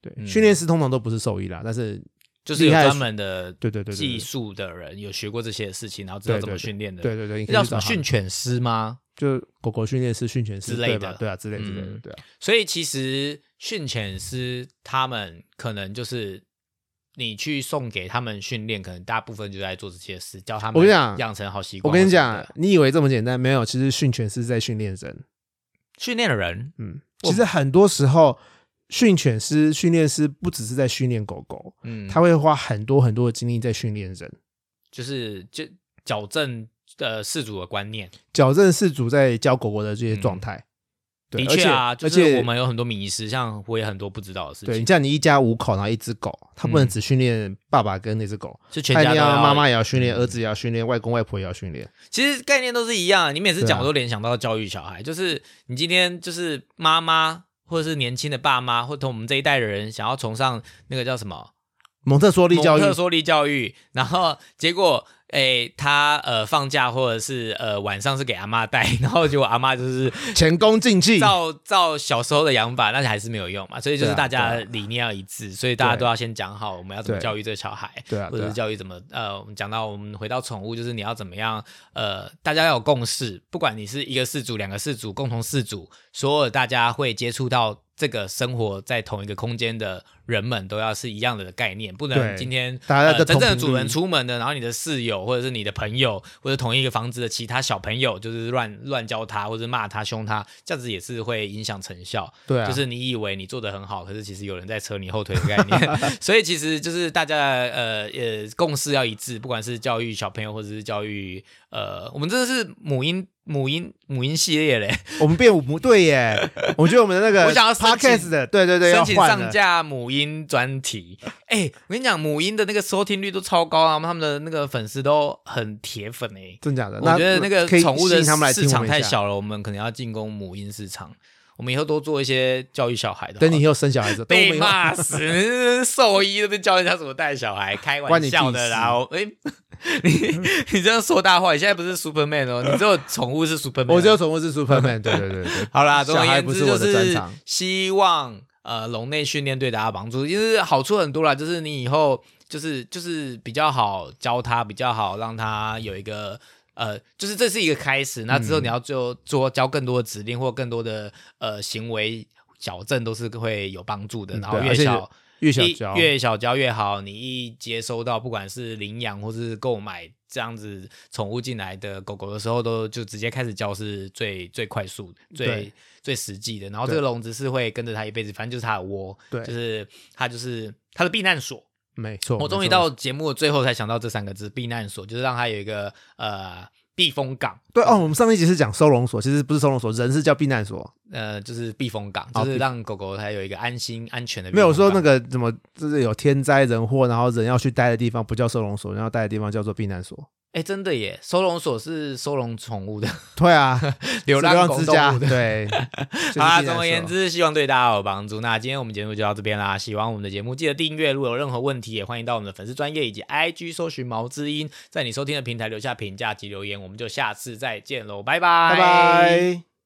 Speaker 2: 对，
Speaker 1: 嗯
Speaker 2: 训练师通常都不是兽医啦，但是
Speaker 1: 就是有
Speaker 2: 厉害的
Speaker 1: 专门的
Speaker 2: 对对对对对
Speaker 1: 技术的人，有学过这些事情，然后知道
Speaker 2: 对
Speaker 1: 怎么
Speaker 2: 对
Speaker 1: 训练的。
Speaker 2: 对对对，你可
Speaker 1: 那叫
Speaker 2: 以去
Speaker 1: 什
Speaker 2: 找
Speaker 1: 么
Speaker 2: 他们
Speaker 1: 训犬师吗？
Speaker 2: 就狗狗训练师、训犬师
Speaker 1: 之类的
Speaker 2: 对吧对啊，之类之类的，
Speaker 1: 嗯
Speaker 2: 对啊，
Speaker 1: 所以其实训犬师他们可能就是你去送给他们训练，可能大部分就在做这些事，教他们
Speaker 2: 我跟你讲
Speaker 1: 养成好习
Speaker 2: 我
Speaker 1: 惯。
Speaker 2: 跟你讲，，你以为这么简单？没有，其实训犬师在训练人。
Speaker 1: 训练的人，
Speaker 2: 嗯，
Speaker 1: 我
Speaker 2: 其实很多时候，训犬师、训练师不只是在训练狗狗，
Speaker 1: 嗯，
Speaker 2: 他会花很多很多的精力在训练人，
Speaker 1: 就是就矫正呃事主的观念。
Speaker 2: 矫正饲主在教狗狗的这些状态。对，
Speaker 1: 嗯的确啊，
Speaker 2: 而且
Speaker 1: 就
Speaker 2: 而
Speaker 1: 是
Speaker 2: 且
Speaker 1: 我们有很多迷失，像我也很多不知道的事
Speaker 2: 对你
Speaker 1: 情，
Speaker 2: 像你一家五口，然后一只狗，它不能
Speaker 1: 嗯
Speaker 2: 只训练爸爸跟那只狗，
Speaker 1: 就全
Speaker 2: 它一
Speaker 1: 家
Speaker 2: 定
Speaker 1: 都
Speaker 2: 要妈妈也要训练，
Speaker 1: 嗯
Speaker 2: 儿子也要训练，外公外婆也要训练。
Speaker 1: 其实概念都是一样，你每次
Speaker 2: 对
Speaker 1: 讲
Speaker 2: 啊
Speaker 1: 我都联想到教育小孩，就是你今天就是妈妈或者是年轻的爸妈，或者我们这一代的人想要崇尚那个叫什么
Speaker 2: 蒙特梭利教育
Speaker 1: 蒙特梭利教育，然后结果哎，他呃放假或者是呃晚上是给阿妈带， *laughs* 然后结果阿妈就是
Speaker 2: 前功尽弃。
Speaker 1: 照照小时候的养法，但是还是没有用嘛。所以就是
Speaker 2: 对啊
Speaker 1: 大家
Speaker 2: 对
Speaker 1: 理念要一致，所以大家都要先讲好我们要怎么
Speaker 2: 对
Speaker 1: 教育这个小孩，
Speaker 2: 对啊
Speaker 1: 或者
Speaker 2: 对
Speaker 1: 是
Speaker 2: 啊
Speaker 1: 教育怎么呃，我们讲到我们回到宠物，就是你要怎么样呃，大家要有共识，不管你是一个饲主、两个饲主、共同饲主，所有大家会接触到。这个生活在同一个空间的人们都要是一样的概念，不能
Speaker 2: 对
Speaker 1: 今天
Speaker 2: 大家
Speaker 1: 呃
Speaker 2: 在
Speaker 1: 真
Speaker 2: 啊同
Speaker 1: 正的
Speaker 2: 频
Speaker 1: 主人
Speaker 2: 率
Speaker 1: 出门的，然后你的室友或者是你的朋友或者同一个房子的其他小朋友，就是乱乱教他或者骂他凶他，这样子也是会影响成效。
Speaker 2: 对啊，
Speaker 1: 就是你以为你做的很好，可是其实有人在扯你后腿的概
Speaker 2: *laughs*
Speaker 1: 念。所以其实就是大家的呃呃共识要一致，不管是教育小朋友或者是教育呃，我们真的是母婴母婴母婴系列嘞，
Speaker 2: 我们变五不
Speaker 1: *laughs*
Speaker 2: 对耶。我觉得我们的那个
Speaker 1: 我想要申请
Speaker 2: podcast 的，对对对，
Speaker 1: 申
Speaker 2: 要
Speaker 1: 请
Speaker 2: 换
Speaker 1: 上
Speaker 2: 了。
Speaker 1: 架母婴专题。哎、我跟你讲，母婴的那个收听率都超高啊，他们的那个粉丝都很铁粉哎、
Speaker 2: 真假的？
Speaker 1: 我觉得那个
Speaker 2: 呃可以
Speaker 1: 宠物
Speaker 2: 吸
Speaker 1: 的
Speaker 2: 引他们来听
Speaker 1: 市
Speaker 2: 我
Speaker 1: 场
Speaker 2: 们一
Speaker 1: 太
Speaker 2: 下。
Speaker 1: 小了，我们可能要进攻母婴市场。我们以后多做一些教育小孩的。
Speaker 2: 等你以后生小孩子，等我
Speaker 1: 被
Speaker 2: 们以后
Speaker 1: 骂死， *laughs* 兽医都被教人家怎么带小孩，开玩笑的啦。我哎、 *laughs* 你你这样说大话，你现在不是 Superman 哦，你只有宠物是 Superman。
Speaker 2: 我只有宠物是 Superman，对对对对。
Speaker 1: *laughs* 好啦，总而
Speaker 2: 小孩
Speaker 1: 言
Speaker 2: 不
Speaker 1: 之
Speaker 2: 是我
Speaker 1: 就
Speaker 2: 的专
Speaker 1: 是
Speaker 2: 长。
Speaker 1: 希望呃笼内训练对大家帮助，其实好处很多啦，就是你以后就是就是比较好教他，比较好让他有一个。呃，就是这是一个开始，那之后你要就做教更多的指令或更多的呃行为矫正，都是会有帮助的。
Speaker 2: 嗯
Speaker 1: 然后
Speaker 2: 对
Speaker 1: 越
Speaker 2: 而且
Speaker 1: 小
Speaker 2: 越小
Speaker 1: 一
Speaker 2: 教
Speaker 1: 越小教越好，你一接收到不管是领养或是购买这样子宠物进来的狗狗的时候，都就直接开始教是最最快速、最
Speaker 2: 对
Speaker 1: 最实际的。然后这
Speaker 2: 对
Speaker 1: 个笼子是会跟着它一辈子，反正就是它的窝，
Speaker 2: 对哦
Speaker 1: 就是它就是它的避难所。
Speaker 2: 没错，
Speaker 1: 我终于
Speaker 2: 没错
Speaker 1: 到节目的最后才想到这三个字“避难所”，就是让它有一个呃避风港。
Speaker 2: 对哦，我们上一集是讲收容所，其实不是收容所，人是叫避难所。
Speaker 1: 呃，就是避风港，
Speaker 2: 哦
Speaker 1: 就是
Speaker 2: 避
Speaker 1: 让狗狗它有一个安心、安全的。
Speaker 2: 没有说那
Speaker 1: 个。
Speaker 2: 个怎么，就是有天灾人祸，然后人要去待的地方不叫收容所，人要待的地方叫做避
Speaker 1: *laughs*
Speaker 2: 难所。
Speaker 1: 哎，真的耶！收容所是收容宠物的，
Speaker 2: 对啊，
Speaker 1: 流
Speaker 2: 流
Speaker 1: 浪
Speaker 2: 浪
Speaker 1: 狗
Speaker 2: 之
Speaker 1: 动
Speaker 2: 家，
Speaker 1: 物的。 *laughs*
Speaker 2: 对。就是
Speaker 1: 好啦，
Speaker 2: 避难
Speaker 1: 总而言
Speaker 2: 所，
Speaker 1: 之，希望对大家有帮助。那今天我们节目就到这边啦，喜欢我们的节目记得订阅。如果有任何问题，也欢迎到我们的粉丝专业以及 IG 搜寻毛知音，在你收听的平台留下评价及留言。我们就下次再见喽，拜拜，
Speaker 2: 拜拜。